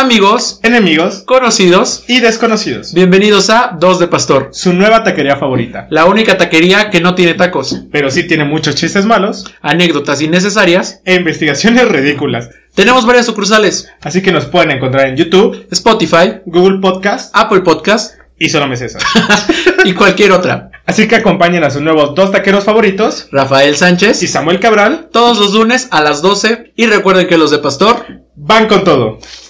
Amigos, Enemigos conocidos, y desconocidos. bienvenidos a Dos de Pastor, Su nueva taquería favorita. la única taquería que no tiene tacos, Pero sí tiene muchos chistes malos anécdotas innecesarias. e investigaciones ridículas. Tenemos varias sucursales, Así que nos pueden encontrar en YouTube, Spotify, Google Podcast Apple Podcast y solo me es eso. y cualquier otra. Así que acompañen a sus nuevos dos taqueros favoritos Rafael y Sánchez, Samuel Cabral. todos los lunes a las 12 y recuerden que los de Pastor Van con todo.